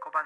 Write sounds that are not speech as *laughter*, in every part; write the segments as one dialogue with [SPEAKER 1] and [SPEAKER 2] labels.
[SPEAKER 1] 小話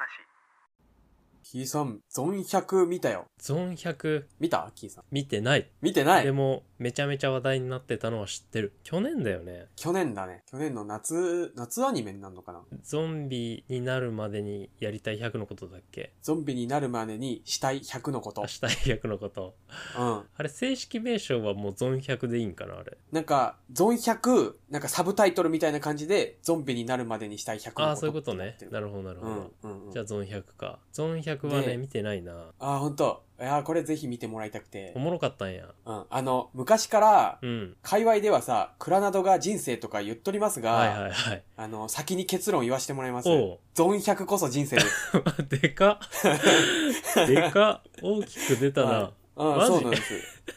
[SPEAKER 2] キーさん、ゾン100見たよ。
[SPEAKER 3] ゾン100
[SPEAKER 2] 見たキーさん。
[SPEAKER 3] 見てない。
[SPEAKER 2] 見てな
[SPEAKER 3] で
[SPEAKER 2] い
[SPEAKER 3] も、めちゃめちゃ話題になってたのは知ってる。去年だよね。
[SPEAKER 2] 去年だね。去年の夏、夏アニメになるのかな
[SPEAKER 3] ゾンビになるまでにやりたい100のことだっけ
[SPEAKER 2] ゾンビになるまでにしたい100のこと
[SPEAKER 3] 明。日100のこと。
[SPEAKER 2] うん。
[SPEAKER 3] あれ、正式名称はもうゾン100でいいんかなあれ。
[SPEAKER 2] なんか、ゾン100、なんかサブタイトルみたいな感じで、ゾンビになるまでにしたい100のこと。
[SPEAKER 3] ああ、そういうことね。な
[SPEAKER 2] る
[SPEAKER 3] るほど、なるほ
[SPEAKER 2] う
[SPEAKER 3] ど。
[SPEAKER 2] ん、うん、うん。
[SPEAKER 3] じゃあ、ゾン100か。ゾン100は
[SPEAKER 2] で
[SPEAKER 3] ね、見てないな。
[SPEAKER 2] ああ、ほんと。いやーこれぜひ見てもらいたくて
[SPEAKER 3] お。もろかったんや。
[SPEAKER 2] うん。あの、昔から、
[SPEAKER 3] うん。
[SPEAKER 2] 界隈ではさ、クラナドが人生とか言っとりますが、
[SPEAKER 3] はいはいはい。
[SPEAKER 2] あの、先に結論言わせてもらいます。
[SPEAKER 3] お
[SPEAKER 2] ゾン100こそ人生です。
[SPEAKER 3] う。 *laughs* でか *laughs* っでかっ大きく出た
[SPEAKER 2] は
[SPEAKER 3] な。
[SPEAKER 2] うん、
[SPEAKER 3] *laughs* マジ
[SPEAKER 2] そうなんです。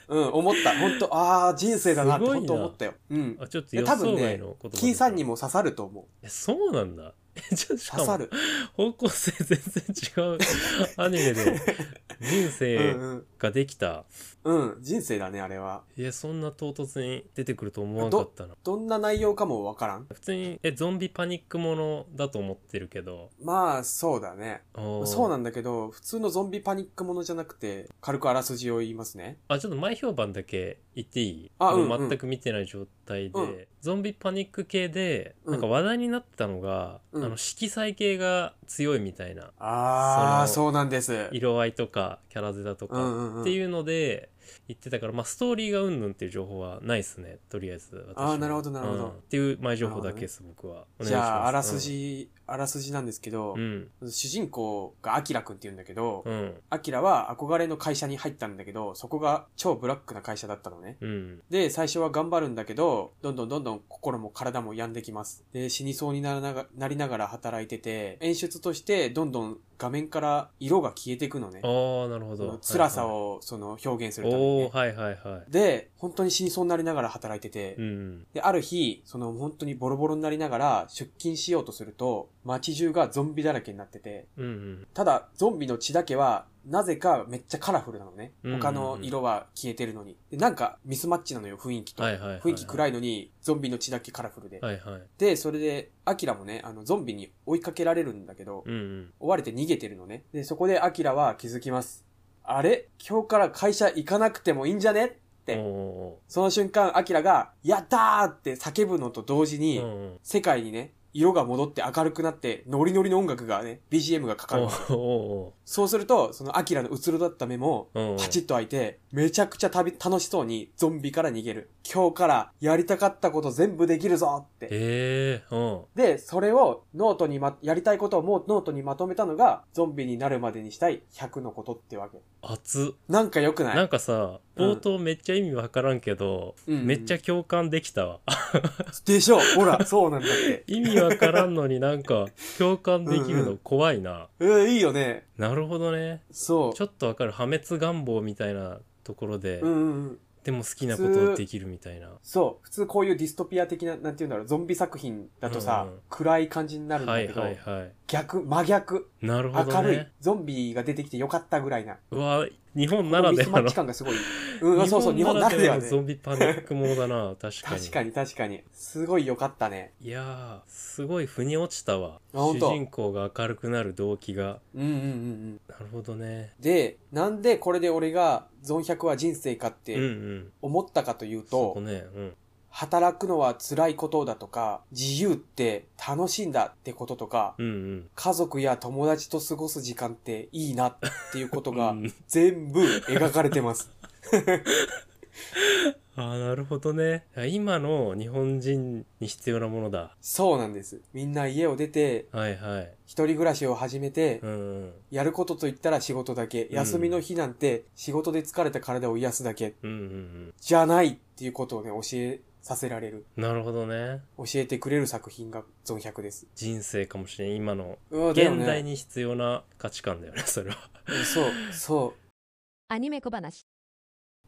[SPEAKER 2] うん、思った。本当ああ、人生だなって
[SPEAKER 3] すごい
[SPEAKER 2] 本
[SPEAKER 3] な
[SPEAKER 2] 当思ったよ。うん。
[SPEAKER 3] あ、ちょっと
[SPEAKER 2] で
[SPEAKER 3] 予
[SPEAKER 2] 多分
[SPEAKER 3] 想
[SPEAKER 2] ね
[SPEAKER 3] 外のこと、
[SPEAKER 2] キーさんに
[SPEAKER 3] も。
[SPEAKER 2] も刺さると思う。
[SPEAKER 3] えそうなんだ。え、ちょっとしか
[SPEAKER 2] 刺
[SPEAKER 3] も
[SPEAKER 2] さる。
[SPEAKER 3] 方向性全然 *laughs* 違うアニメ *laughs* で
[SPEAKER 2] う
[SPEAKER 3] 人生
[SPEAKER 2] ん
[SPEAKER 3] ができた、
[SPEAKER 2] うん。うん、人生だね、あれは。
[SPEAKER 3] いやそんな唐突に出てくると思わなかったな
[SPEAKER 2] どんな内容かもわからん。
[SPEAKER 3] 普通にえゾンビパニックものだと思ってるけど
[SPEAKER 2] まあ、そうだね。そうなんんだけど、普通のゾンビパニックものじゃなくて、軽くあらすじを言いますね。
[SPEAKER 3] あちょっと前評判だけ言っていい
[SPEAKER 2] あ
[SPEAKER 3] 俺
[SPEAKER 2] うんうん
[SPEAKER 3] 全く見てない状態で、
[SPEAKER 2] うん
[SPEAKER 3] ゾンビパニック系で
[SPEAKER 2] うん
[SPEAKER 3] なんか話題になってたのが、
[SPEAKER 2] うん
[SPEAKER 3] あの色彩系が強いみたいな
[SPEAKER 2] ああ、
[SPEAKER 3] そ
[SPEAKER 2] そうなんです。
[SPEAKER 3] 色合いとかキャラ面とか、
[SPEAKER 2] うんうんうん
[SPEAKER 3] っていうので言ってたから、まあ、ストーリーがうんぬんっていう情報はないですねとりあえず私は
[SPEAKER 2] あーなるほどなるほど
[SPEAKER 3] うんっていう前情報だけです、僕はお願いします
[SPEAKER 2] じゃあ、あらすじ、あらすじなんですけど
[SPEAKER 3] う、ん
[SPEAKER 2] 主人公がアキラくんって言うんだけど
[SPEAKER 3] う、ん
[SPEAKER 2] アキラは憧れの会社に入ったんだけど、そこが超ブラックな会社だったのね。
[SPEAKER 3] うん
[SPEAKER 2] で、最初は頑張るんだけど、どんどんどんどん心も体も病んできます。で、死にそうにならながなりながら働いてて、演出としてどんどん画面から色が消えていくのね
[SPEAKER 3] あ。あなるほ
[SPEAKER 2] その
[SPEAKER 3] ど
[SPEAKER 2] 辛さをその表現するために、
[SPEAKER 3] お
[SPEAKER 2] ね
[SPEAKER 3] お。ーはいはいはい
[SPEAKER 2] で、本当に死にそうになりながら働いてて、
[SPEAKER 3] うん
[SPEAKER 2] で、ある日、その本当にボロボロになりながら出勤しようとすると、街中がゾンビだらけになってて、
[SPEAKER 3] うんうん
[SPEAKER 2] ただ、ゾンビの血だけは、なぜかめっちゃカラフルなのね。
[SPEAKER 3] うんうんうん
[SPEAKER 2] 他の色は消えてるのに。でなんかミスマッチなのよ、雰囲気と。
[SPEAKER 3] はいはいはいはい
[SPEAKER 2] 雰囲気暗いのに、ゾンビの血だけカラフルで。
[SPEAKER 3] はいはい
[SPEAKER 2] で、それで、アキラもね、あの、ゾンビに追いかけられるんだけど、
[SPEAKER 3] うんうん
[SPEAKER 2] 追われて逃げてるのね。で、そこでアキラは気づきます。あれ今日から会社行かなくてもいいんじゃねで
[SPEAKER 3] おお
[SPEAKER 2] その瞬間、アキラが、やったーって叫ぶのと同時
[SPEAKER 3] ー
[SPEAKER 2] に、
[SPEAKER 3] うんうん
[SPEAKER 2] 世界にね、色が戻って明るくなって、ノリノリの音楽がね、BGM がかかる
[SPEAKER 3] お。ーお
[SPEAKER 2] そうすると、そのアキラのうつろだった目も、
[SPEAKER 3] ーおー
[SPEAKER 2] パチッと開いて、めちゃくちゃ旅楽しそうにゾンビから逃げる。今日からやりたかったこと全部できるぞって。
[SPEAKER 3] ええー、
[SPEAKER 2] で、それをノートにま、やりたいことをもうノートにまとめたのが、ゾンビになるまでにしたい100のことってわけ。
[SPEAKER 3] うん熱っ
[SPEAKER 2] なんか良くない
[SPEAKER 3] なんかさ
[SPEAKER 2] うん
[SPEAKER 3] 冒頭めっちゃ意味わからんけど、
[SPEAKER 2] うんうん
[SPEAKER 3] めっちゃ共感できたわ *laughs*
[SPEAKER 2] でしょほら、そうなんだって。
[SPEAKER 3] 意味わからんのになんか共感できる
[SPEAKER 2] うんう
[SPEAKER 3] の怖いな。
[SPEAKER 2] うん、いいよね。
[SPEAKER 3] なるほどね。
[SPEAKER 2] そう。
[SPEAKER 3] ちょっとわかる。破滅願望みたいなところで、
[SPEAKER 2] うんうんうん。
[SPEAKER 3] でも好きなことをできるみたいな。
[SPEAKER 2] そう。普通こういうディストピア的な、なんていうんだろう、ゾンビ作品だとさ、
[SPEAKER 3] うんうん
[SPEAKER 2] 暗い感じになるんだ
[SPEAKER 3] は
[SPEAKER 2] け
[SPEAKER 3] い
[SPEAKER 2] ど、
[SPEAKER 3] はいは
[SPEAKER 2] 逆、真逆。
[SPEAKER 3] い。なるほ
[SPEAKER 2] 明
[SPEAKER 3] ど
[SPEAKER 2] るい
[SPEAKER 3] ね。。
[SPEAKER 2] ゾンビが出てきてよかったぐらいな。
[SPEAKER 3] うわ、日本ならで
[SPEAKER 2] ミスマ
[SPEAKER 3] は
[SPEAKER 2] ッ
[SPEAKER 3] の
[SPEAKER 2] チ。感がすごい。うん、そうそう、日本ならではね。
[SPEAKER 3] ゾンビパニックものだ
[SPEAKER 2] *laughs*
[SPEAKER 3] な、確かに。
[SPEAKER 2] 確かに確かに。すごい良かったね。
[SPEAKER 3] いやー、すごい腑に落ちたわ。
[SPEAKER 2] あ本
[SPEAKER 3] 主
[SPEAKER 2] 当
[SPEAKER 3] 人公が明るくなる動機が。
[SPEAKER 2] うんうんうんうん。
[SPEAKER 3] なるほどね。
[SPEAKER 2] で、なんでこれで俺がゾン100は人生かっ
[SPEAKER 3] うんう
[SPEAKER 2] て
[SPEAKER 3] ん。
[SPEAKER 2] 思ったかという
[SPEAKER 3] そ
[SPEAKER 2] と、
[SPEAKER 3] こね。うん。
[SPEAKER 2] 働くのは辛いことだとか、自由って楽しいんだってこととか、
[SPEAKER 3] うんうん。
[SPEAKER 2] 家族や友達と過ごす時間っていいなっていうこと
[SPEAKER 3] *laughs* う
[SPEAKER 2] が
[SPEAKER 3] ん
[SPEAKER 2] 全部描かれてます。
[SPEAKER 3] ああ、なるほどね。あ今の日本人に必要なものだ。
[SPEAKER 2] そうなんです。みんな家を出て、
[SPEAKER 3] はいはい。
[SPEAKER 2] 一人暮らしを始めて、
[SPEAKER 3] うんうん。
[SPEAKER 2] やることといったら仕事だけ。休みの日なんて仕事で疲れた体を癒すだけ。
[SPEAKER 3] うんうん
[SPEAKER 2] じゃないっていうことをね、教えさせられる。
[SPEAKER 3] うん。なるほどね。
[SPEAKER 2] 教えてくれる作品がゾン100です。
[SPEAKER 3] 人生かもしれん。今の。
[SPEAKER 2] うんだよね
[SPEAKER 3] 現代に必要な価値観だよね、それは。 *laughs*
[SPEAKER 2] うんそう、そ
[SPEAKER 4] アニメ小話
[SPEAKER 2] う。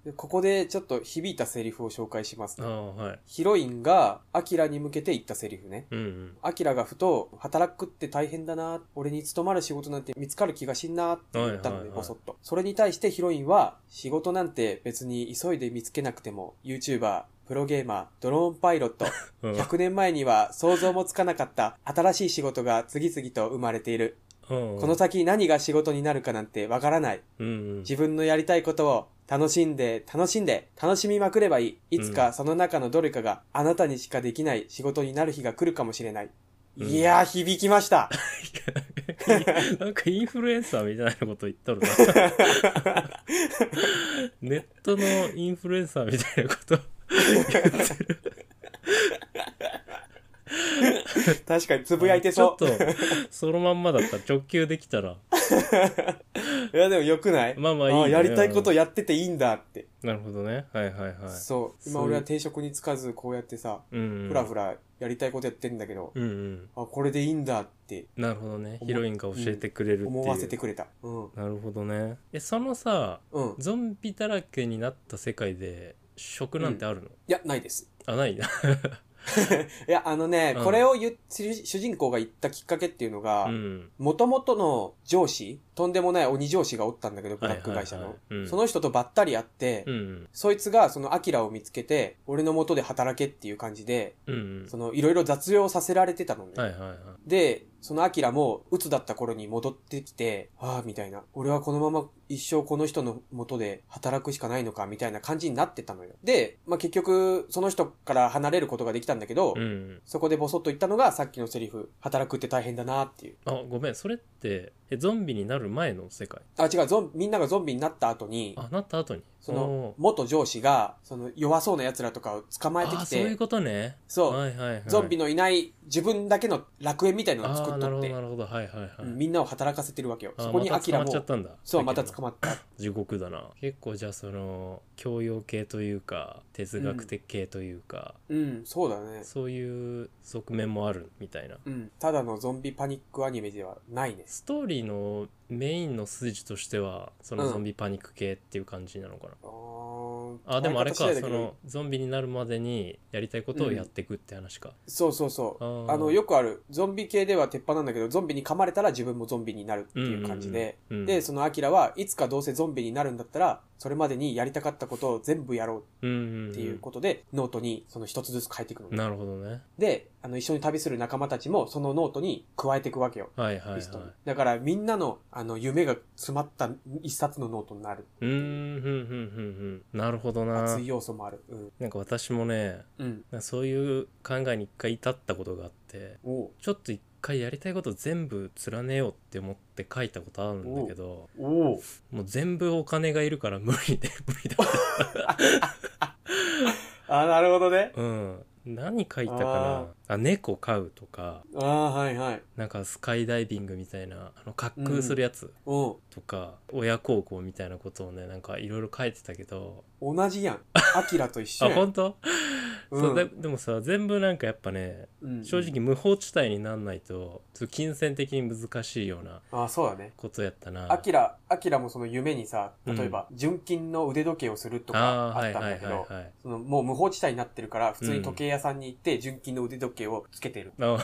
[SPEAKER 2] でここでちょっと響いたセリフを紹介します
[SPEAKER 3] あ。あ、はい。
[SPEAKER 2] ヒロインがアキラに向けて言ったセリフね。
[SPEAKER 3] うんうん。
[SPEAKER 2] アキラがふと、働くって大変だな、俺に勤まる仕事なんて見つかる気がしんなって言ったの
[SPEAKER 3] はい
[SPEAKER 2] で、
[SPEAKER 3] はいはい
[SPEAKER 2] ぼそっと。それに対してヒロインは、仕事なんて別に急いで見つけなくても、YouTuber、プロゲーマー、ドローンパイロッ
[SPEAKER 3] *laughs*
[SPEAKER 2] ト、
[SPEAKER 3] うん、あ
[SPEAKER 2] 100年前には想像もつかなかった新しい仕事が次々と生まれている。
[SPEAKER 3] うん、
[SPEAKER 2] この先何が仕事になるかなんてわからない。
[SPEAKER 3] うんうん、
[SPEAKER 2] 自分のやりたいことを楽しんで、楽しんで、楽しみまくればいい。いつかその中のどれかがあなたにしかできない仕事になる日が来るかもしれない。
[SPEAKER 3] うん
[SPEAKER 2] いやー、響きま
[SPEAKER 3] *laughs*
[SPEAKER 2] した。
[SPEAKER 3] なんかインフルエンサーみたいなこと言っとるな。
[SPEAKER 2] *laughs*
[SPEAKER 3] ネットのインフルエンサーみたいなこと。
[SPEAKER 2] 確かにつぶやいてそ
[SPEAKER 3] ちょっと、そのまんまだったら直球できたら。
[SPEAKER 2] う。いや、でもよくない
[SPEAKER 3] まあま
[SPEAKER 2] あ
[SPEAKER 3] あいい、
[SPEAKER 2] ー
[SPEAKER 3] ね。
[SPEAKER 2] やりたいこと
[SPEAKER 3] や。
[SPEAKER 2] やってていいんだって。
[SPEAKER 3] なるほどね。はいはいはい。
[SPEAKER 2] そう。今
[SPEAKER 3] そう
[SPEAKER 2] 俺は定職に就かず、こうやってさ、
[SPEAKER 3] うん、うん。
[SPEAKER 2] ふらふらやりたいことやってんだけど、
[SPEAKER 3] うんうん。
[SPEAKER 2] あ、これでいいんだって
[SPEAKER 3] なるほどね。ヒロインが教えてくれるっていう。
[SPEAKER 2] 思わせてくれた。うん。
[SPEAKER 3] なるほどね。え、そのさ、
[SPEAKER 2] うん。
[SPEAKER 3] ゾンビだらけになった世界で、食なんてあるの、
[SPEAKER 2] いや、ないです。
[SPEAKER 3] あ、ないな。
[SPEAKER 2] いや、あのね、
[SPEAKER 3] うん
[SPEAKER 2] これを言う主主人公が言ったきっかけっていうのが
[SPEAKER 3] う、ん。
[SPEAKER 2] 元々の上司、とんでもない鬼上司がおったんだけど、ブラック会社
[SPEAKER 3] はい
[SPEAKER 2] の
[SPEAKER 3] はい。はいうん、
[SPEAKER 2] その人とばったり会って、
[SPEAKER 3] うん。
[SPEAKER 2] そいつがそのアキラを見つけて、俺の元で働けっていう感じで、
[SPEAKER 3] うんうん。
[SPEAKER 2] そのいろいろ雑用させられてたのね。
[SPEAKER 3] はいはいはい。
[SPEAKER 2] で、そのアキラも鬱だった頃に戻ってきて、ああ、みたいな。俺はこのまま一生この人の元で働くしかないのか、みたいな感じになってたのよ。で、まあ、結局、その人から離れることができたんだけど、
[SPEAKER 3] うん。
[SPEAKER 2] そこでボソッと言ったのがさっきのセリフ、働くって大変だなっていう。
[SPEAKER 3] あ、ごめん。それって、え、ゾンビになる前の世界。
[SPEAKER 2] あ、違う、ゾン、みんながゾンビになった後に、
[SPEAKER 3] あ、なった後に。
[SPEAKER 2] その、元上司が、その弱そうな奴らとかを捕
[SPEAKER 3] お
[SPEAKER 2] まえ
[SPEAKER 3] ー
[SPEAKER 2] て
[SPEAKER 3] あ、
[SPEAKER 2] き
[SPEAKER 3] そういう
[SPEAKER 2] て、
[SPEAKER 3] ことね。
[SPEAKER 2] そう、
[SPEAKER 3] はいはいはい。
[SPEAKER 2] ゾンビ
[SPEAKER 3] の
[SPEAKER 2] のいない自分だけの楽園みたいなのを作
[SPEAKER 3] あー
[SPEAKER 2] っ
[SPEAKER 3] なる
[SPEAKER 2] とっ
[SPEAKER 3] ほど
[SPEAKER 2] て
[SPEAKER 3] な、るほど。はいはいはい。
[SPEAKER 2] みんなを働かせてるわけよ。
[SPEAKER 3] あー
[SPEAKER 2] そこにアキラ
[SPEAKER 3] また捕ま
[SPEAKER 2] も
[SPEAKER 3] っちゃっ、たんだ。
[SPEAKER 2] そう、また捕
[SPEAKER 3] ま
[SPEAKER 2] まった。
[SPEAKER 3] 地獄だな。結構じゃあその、教養系というか、哲学的系というか、
[SPEAKER 2] うん、そうだね。
[SPEAKER 3] そういう側面もあるみたいな。
[SPEAKER 2] うん。ただのゾンビパニックアニメではないね。
[SPEAKER 3] ストーリーのメインの筋としては、その
[SPEAKER 2] うん
[SPEAKER 3] ゾンビパニック系っていう感じなのかな。
[SPEAKER 2] あー
[SPEAKER 3] あ、でもあれ
[SPEAKER 2] 捉
[SPEAKER 3] か、
[SPEAKER 2] え方次第だ
[SPEAKER 3] そ
[SPEAKER 2] けど
[SPEAKER 3] の、ゾンビになるまでにやりたいことをやっていくって話か。
[SPEAKER 2] そうそうそう。
[SPEAKER 3] あー
[SPEAKER 2] あの、よくある、ゾンビ系では鉄板なんだけど、ゾンビに噛まれたら自分もゾンビになるっていう感じで、
[SPEAKER 3] うんうんうんうん
[SPEAKER 2] で、そのアキラはいつかどうせゾンビになるんだったら、それまでにやりたかったことを全部やろ
[SPEAKER 3] うんうんん
[SPEAKER 2] うっていうことで、ノートにその一つずつ書いていくのね。
[SPEAKER 3] なるほどね。
[SPEAKER 2] で、あの、一緒に旅する仲間たちもそのノートに加えていくわけよ。
[SPEAKER 3] はいはいは
[SPEAKER 2] リ
[SPEAKER 3] い。
[SPEAKER 2] ストにだからみんなのあの夢が詰まった一冊のノートになる
[SPEAKER 3] うーん、ふんふんふんふん。なるほどな
[SPEAKER 2] 熱い。要素もある。うん。
[SPEAKER 3] なんか私もね、
[SPEAKER 2] うん。
[SPEAKER 3] なんかそういう考えに一回至ったことがあって、
[SPEAKER 2] おう
[SPEAKER 3] ちょっと一回やりたいこと全部連ねようって思って書いたことあるんだけど、
[SPEAKER 2] おう
[SPEAKER 3] もう全部お金がいるから無理で、 *laughs* 無理だっ
[SPEAKER 2] あ、なるほどね。
[SPEAKER 3] た。うん。何書いたかなあ猫飼うとか、
[SPEAKER 2] ああ、はいはい。
[SPEAKER 3] なんかスカイダイビングみたいな、あの、滑空するやつ
[SPEAKER 2] おう
[SPEAKER 3] とか、親孝行みたいなことをね、なんかいろいろ書いてたけど、
[SPEAKER 2] 同じやん。アキラと一緒
[SPEAKER 3] あ、
[SPEAKER 2] やん。
[SPEAKER 3] 本当、
[SPEAKER 2] うん
[SPEAKER 3] そうででもさ、全部なんかやっぱね、
[SPEAKER 2] うん
[SPEAKER 3] 正。直無法地帯になんないと、ちょっと金銭的に難しいような
[SPEAKER 2] あ、そうだね。
[SPEAKER 3] ことやったな。
[SPEAKER 2] アキラ、アキラもその夢にさ、
[SPEAKER 3] うん
[SPEAKER 2] 例えば、純金の腕時計をすると
[SPEAKER 3] あ
[SPEAKER 2] か
[SPEAKER 3] ー
[SPEAKER 2] あったんだけ
[SPEAKER 3] はい
[SPEAKER 2] ど
[SPEAKER 3] は、いはいはい
[SPEAKER 2] そのもう無法地帯になってるから、普通に時計屋さんに行って、純金の腕時計をつけてる。
[SPEAKER 3] あ *laughs*
[SPEAKER 2] だか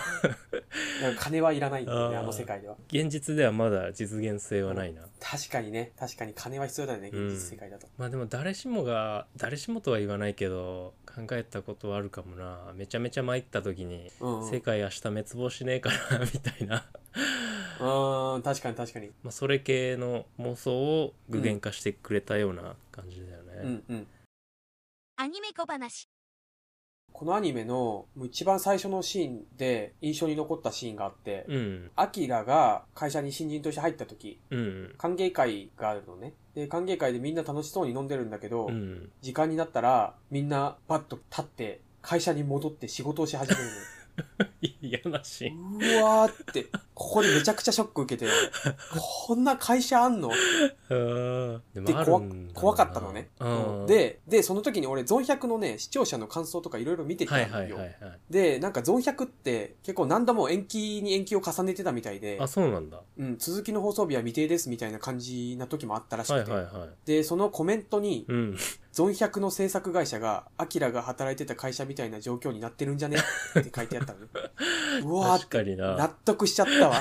[SPEAKER 2] ら金はいらないんだよね、
[SPEAKER 3] あー
[SPEAKER 2] あの世界では。
[SPEAKER 3] 現実ではまだ実現性はないな。
[SPEAKER 2] 確かにね、確かに金は必要だよね、
[SPEAKER 3] うん
[SPEAKER 2] 現実世界だと。
[SPEAKER 3] まあでも誰しもが、誰しもとは言わないけど、考えたことはあるかもな。めちゃめちゃ参った時に、
[SPEAKER 2] うん、うん。
[SPEAKER 3] 世界明日滅亡しねえかな、みたいな。
[SPEAKER 2] うん、確かに確かに。
[SPEAKER 3] まあそれ系の妄想を具現化してくれたような感じだよね。
[SPEAKER 2] うんうん。
[SPEAKER 1] アニメ小話
[SPEAKER 2] このアニメのもう一番最初のシーンで印象に残ったシーンがあって、
[SPEAKER 3] うん。
[SPEAKER 2] アキラが会社に新人として入った時、
[SPEAKER 3] うん。
[SPEAKER 2] 歓迎会があるのね。で、歓迎会でみんな楽しそうに飲んでるんだけど、
[SPEAKER 3] うん。
[SPEAKER 2] 時間になったらみんなバッと立って会社に戻って仕事をし始め
[SPEAKER 3] *laughs*
[SPEAKER 2] る
[SPEAKER 3] 嫌なシーン。
[SPEAKER 2] のよ。うわーって、ここでめちゃくちゃショック受けて、こんな会社あんの
[SPEAKER 3] あーで
[SPEAKER 2] で
[SPEAKER 3] もあるんだな
[SPEAKER 2] 怖かったのね。
[SPEAKER 3] うん、、
[SPEAKER 2] で、で、その時に俺、ゾン100のね、視聴者の感想とかいろいろ見てた
[SPEAKER 3] は
[SPEAKER 2] ん
[SPEAKER 3] い
[SPEAKER 2] よ。
[SPEAKER 3] はいはいはい。
[SPEAKER 2] で、なんかゾン100って結構何度も延期に延期を重ねてたみたいで
[SPEAKER 3] あ、、そうなんだ。は
[SPEAKER 2] うん、続きの放送日は未定ですみたいな感じな時もあったらし
[SPEAKER 3] いは
[SPEAKER 2] く
[SPEAKER 3] い
[SPEAKER 2] て。
[SPEAKER 3] は
[SPEAKER 2] で、そのコメントに
[SPEAKER 3] い。、うん。
[SPEAKER 2] ゾン100の制作会社が、アキラが働いてた会社みたいな状況になってるん
[SPEAKER 3] *laughs*
[SPEAKER 2] じゃねって書いてあったの。うわーっ
[SPEAKER 3] 確か
[SPEAKER 2] て、
[SPEAKER 3] にな。
[SPEAKER 2] 納得しちゃったわ。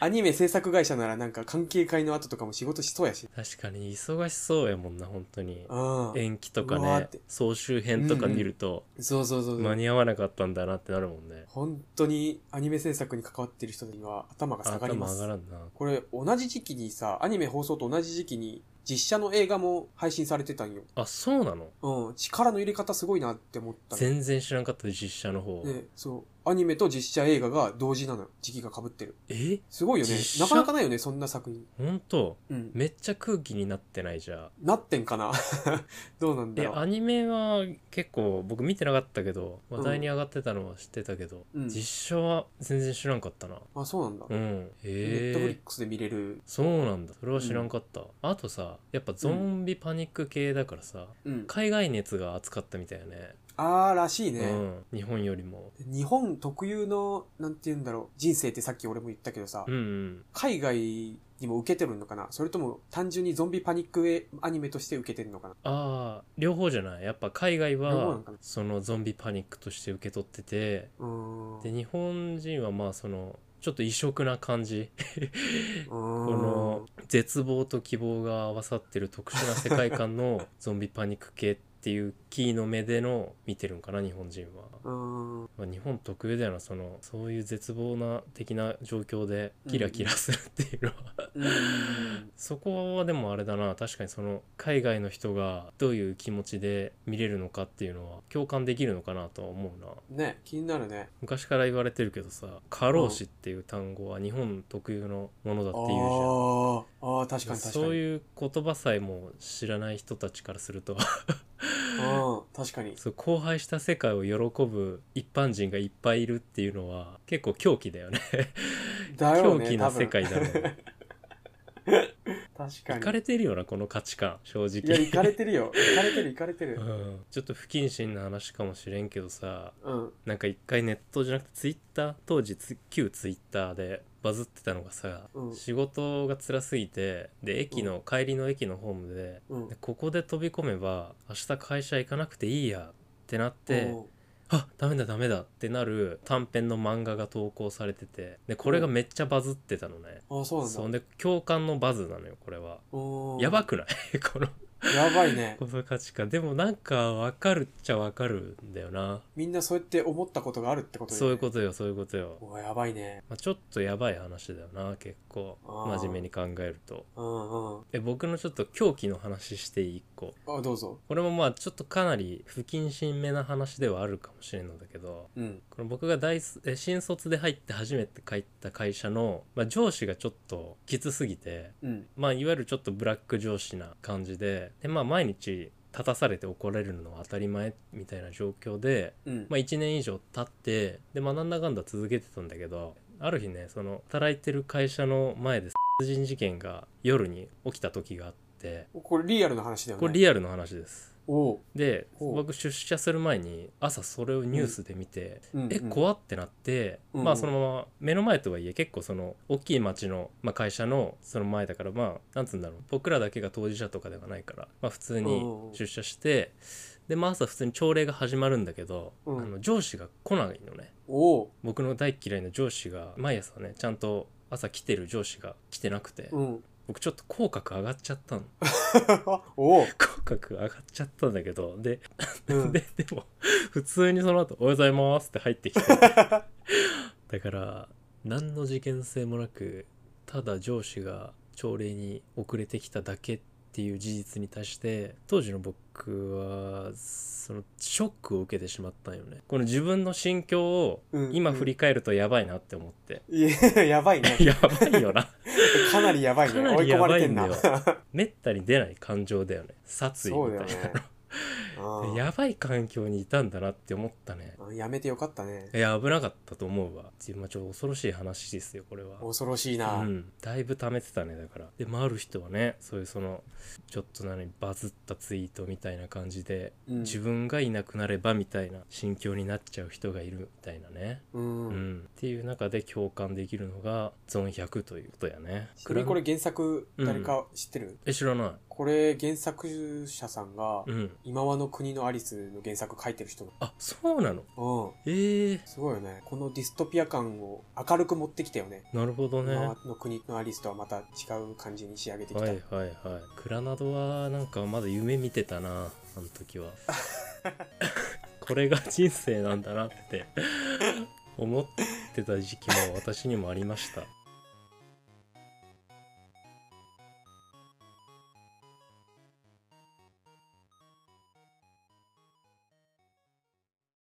[SPEAKER 2] アニメ制作会社ならなんか関係会の後とかも仕事しそうやし。
[SPEAKER 3] 確かに忙しそうやもんな本当に
[SPEAKER 2] うん。
[SPEAKER 3] 延期とか
[SPEAKER 2] うわー
[SPEAKER 3] ね
[SPEAKER 2] って
[SPEAKER 3] 総集編とか見ると
[SPEAKER 2] そうそうそうそ
[SPEAKER 3] 間
[SPEAKER 2] う。
[SPEAKER 3] に合わなかったんだなってなるもんね
[SPEAKER 2] 本当にアニメ制作に関わってる人には頭が下がりま
[SPEAKER 3] 頭上
[SPEAKER 2] す
[SPEAKER 3] が。らんな
[SPEAKER 2] これ同じ時期にさ、アニメ放送と同じ時期に実写の映画も配信されてたんよ。
[SPEAKER 3] あそうなの
[SPEAKER 2] うん。力の入れ方すごいなって思ったの
[SPEAKER 3] 全然知らんかった実写の方
[SPEAKER 2] で、そう。アニメと実写映画が同時なのよ。時期が被ってる。
[SPEAKER 3] え
[SPEAKER 2] すごいよね
[SPEAKER 3] 実。写
[SPEAKER 2] なかなかないよね、そんな作品。
[SPEAKER 3] 本当
[SPEAKER 2] うん。
[SPEAKER 3] めっちゃ空気になってないじゃあ
[SPEAKER 2] なってんかな *laughs* どうなんだ
[SPEAKER 3] え
[SPEAKER 2] ろう
[SPEAKER 3] ア。ニメは結構僕見てなかったけど話題に上がってたのは知ってたけど、
[SPEAKER 2] うん
[SPEAKER 3] 実写は全然知らんかったな
[SPEAKER 2] あ、そうなんだ。
[SPEAKER 3] うんへ
[SPEAKER 2] ネットフリ
[SPEAKER 3] え
[SPEAKER 2] ックスで見れる。
[SPEAKER 3] そうなんだそれは知らんかった、あとさやっぱゾンビパニック系だからさ、
[SPEAKER 2] うん。
[SPEAKER 3] 海外熱が熱かったみたいよね
[SPEAKER 2] あーらしいね。
[SPEAKER 3] うん日本よりも
[SPEAKER 2] 日本特有の、なんて言うんだろう、人生ってさっき俺も言ったけどさ、
[SPEAKER 3] うんうん
[SPEAKER 2] 海外にも受けてるのかなそれとも単純にゾンビパニックアニメとして受けてるのかな
[SPEAKER 3] ああ両方じゃないやっぱ海外
[SPEAKER 2] 両方な
[SPEAKER 3] は
[SPEAKER 2] のかな
[SPEAKER 3] そのゾンビパニックとして受け取ってて
[SPEAKER 2] うーん。
[SPEAKER 3] で日本人はまあそのちょっと異色な感じ
[SPEAKER 2] こ
[SPEAKER 3] この絶望と希望が合わさってる特殊な世界観のゾンビパニック系っていうキーの目での見てるんかな日本人は、
[SPEAKER 2] うーん。
[SPEAKER 3] まあ、日本特有だよなそのそういう絶望な的な状況でキラキラするっていうのは、
[SPEAKER 2] うん。
[SPEAKER 3] そこはでもあれだな確かにその海外の人がどういう気持ちで見れるのかっていうのは共感できるのかなとは思うな
[SPEAKER 2] ね、気になるね。
[SPEAKER 3] 昔から言われてるけどさ過労死っていう単語は日本特有のものだっ
[SPEAKER 2] あ
[SPEAKER 3] ていうじゃん
[SPEAKER 2] ーあー、確かに確かに。
[SPEAKER 3] そういう言葉さえも知らない人たちからすると *laughs*
[SPEAKER 2] うん、確かに。
[SPEAKER 3] そう荒廃した世界を喜ぶ一般人がいっぱいいるっていうのは結構狂気だよね
[SPEAKER 2] だよ
[SPEAKER 3] 狂
[SPEAKER 2] ね、
[SPEAKER 3] 気
[SPEAKER 2] 多
[SPEAKER 3] な
[SPEAKER 2] 分
[SPEAKER 3] 世界だろうね
[SPEAKER 2] 確
[SPEAKER 3] い
[SPEAKER 2] か
[SPEAKER 3] か
[SPEAKER 2] に。
[SPEAKER 3] れてるよなこの価値観正
[SPEAKER 2] いや、
[SPEAKER 3] 直
[SPEAKER 2] 行かれてるよ。行かれてる、行かれてる
[SPEAKER 3] う。ん、ちょっと不謹慎な話かもしれんけどさ
[SPEAKER 2] うん。
[SPEAKER 3] なんか一回ネットじゃなくてツイッター当時つ旧ツイッターでバズってたのがさ、
[SPEAKER 2] うん
[SPEAKER 3] 仕事が辛すぎてで駅の、帰りの駅のホームで
[SPEAKER 2] うん
[SPEAKER 3] で。ここで飛び込めば明日会社行かなくていいやってなって
[SPEAKER 2] うん
[SPEAKER 3] あダメだダメだってなる短編の漫画が投稿されててでこれがめっちゃバズってたのね
[SPEAKER 2] あー、そうなんだ。
[SPEAKER 3] そうで共感のバズなのよこれは
[SPEAKER 2] うん
[SPEAKER 3] やばくない *laughs* この
[SPEAKER 2] やばいね。
[SPEAKER 3] この価値観でもなんか分かるっちゃ分かるんだよな
[SPEAKER 2] みんなそうやって思ったことがあるってことだよね
[SPEAKER 3] そういうことよそういうことよ、
[SPEAKER 2] おやばいね。
[SPEAKER 3] まあ、ちょっとやばい話だよな結構
[SPEAKER 2] あー
[SPEAKER 3] 真面目に考えると
[SPEAKER 2] うんうん。
[SPEAKER 3] え僕のちょっと狂気の話していい一個
[SPEAKER 2] あ、どうぞ。
[SPEAKER 3] これもまあちょっとかなり不謹慎めな話ではあるかもしれんのだけど
[SPEAKER 2] うん。
[SPEAKER 3] この僕が大すえ新卒で入って初めて帰った会社の、まあ、上司がちょっときつすぎて、
[SPEAKER 2] うん。
[SPEAKER 3] まあ、いわゆるちょっとブラック上司な感じでで、まあ、毎日立たされて怒られるのは当たり前みたいな状況で、
[SPEAKER 2] うん。
[SPEAKER 3] まあ、1年以上経ってで、まあ、なんだかんだ続けてたんだけどある日ねその働いてる会社の前で殺人事件が夜に起きた時があって
[SPEAKER 2] これリアルな話だよね。
[SPEAKER 3] これリアルの話です。
[SPEAKER 2] おう。
[SPEAKER 3] で
[SPEAKER 2] ほう
[SPEAKER 3] 僕出社する前に朝それをニュースで見て、
[SPEAKER 2] うん
[SPEAKER 3] え怖ってなって、
[SPEAKER 2] うんうん
[SPEAKER 3] まあそのまま目の前とはいえ結構その大きい町の、まあ、会社のその前だからまあなんつうんだろう僕らだけが当事者とかではないから、まあ、普通に
[SPEAKER 2] うんうん
[SPEAKER 3] 出社して、でまあ朝普通に朝礼が始まるんだけど、
[SPEAKER 2] うん
[SPEAKER 3] あの上司が来ないのね
[SPEAKER 2] おう。
[SPEAKER 3] 僕の大嫌いな上司が毎朝ねちゃんと朝来てる上司が来てなくて、
[SPEAKER 2] うん。
[SPEAKER 3] *laughs* 僕ちょっと口角上がっちゃったの *laughs*
[SPEAKER 2] おう。
[SPEAKER 3] 口角上がっちゃったんだけどで
[SPEAKER 2] うん。
[SPEAKER 3] ででも普通にその後おはようございます」って入っ
[SPEAKER 2] *laughs*
[SPEAKER 3] てきてだから何の事件性もなくただ上司が朝礼に遅れてきただけっていう事実に対して当時の僕はそのショックを受けてしまったんよねこの自分の心境を
[SPEAKER 2] うん
[SPEAKER 3] 今振り返るとやばいなって思って、
[SPEAKER 2] いや、やばいね。
[SPEAKER 3] *laughs* やばいよな
[SPEAKER 2] かなりやばいね。
[SPEAKER 3] かな
[SPEAKER 2] 追い
[SPEAKER 3] り
[SPEAKER 2] 込
[SPEAKER 3] や
[SPEAKER 2] ま
[SPEAKER 3] ば
[SPEAKER 2] れて
[SPEAKER 3] い
[SPEAKER 2] ん
[SPEAKER 3] んだ
[SPEAKER 2] な
[SPEAKER 3] よ。めったに出ない感情だよね殺意
[SPEAKER 2] そう
[SPEAKER 3] み
[SPEAKER 2] だよ
[SPEAKER 3] たい
[SPEAKER 2] ね。
[SPEAKER 3] な、
[SPEAKER 2] うん
[SPEAKER 3] やばい環境にいたんだなって思ったね
[SPEAKER 2] うんやめてよかったね。
[SPEAKER 3] いや危なかったと思うわっていう、まあ、ちょっと恐ろしい話ですよこれは
[SPEAKER 2] 恐ろしいうな。
[SPEAKER 3] ん、だいぶ貯めてたねだからでもある人はねそういうそのちょっと何バズったツイートみたいな感じで、
[SPEAKER 2] うん
[SPEAKER 3] 自分がいなくなればみたいな心境になっちゃう人がいるみたいなね、
[SPEAKER 2] う
[SPEAKER 3] うん
[SPEAKER 2] ん。
[SPEAKER 3] っていう中で共感できるのがゾン100ということやね
[SPEAKER 2] ちなみにこれ原作、誰か知ってる
[SPEAKER 3] え知らない
[SPEAKER 2] これ原作者さんが
[SPEAKER 3] う、ん
[SPEAKER 2] 今和の国のアリスの原作書いてる人
[SPEAKER 3] あそうなの
[SPEAKER 2] うん
[SPEAKER 3] ええ
[SPEAKER 2] すごいよねこのディストピア感を明るく持ってきたよね
[SPEAKER 3] なるほどね
[SPEAKER 2] 今
[SPEAKER 3] は
[SPEAKER 2] 和の国のアリスとはまた違う感じに仕上げて
[SPEAKER 3] い
[SPEAKER 2] き
[SPEAKER 3] は
[SPEAKER 2] た、
[SPEAKER 3] いはいクラナドはなんかまだ夢見てたなあの時
[SPEAKER 2] *laughs*
[SPEAKER 3] はこれが人生なんだなって思ってた時期も私にもありました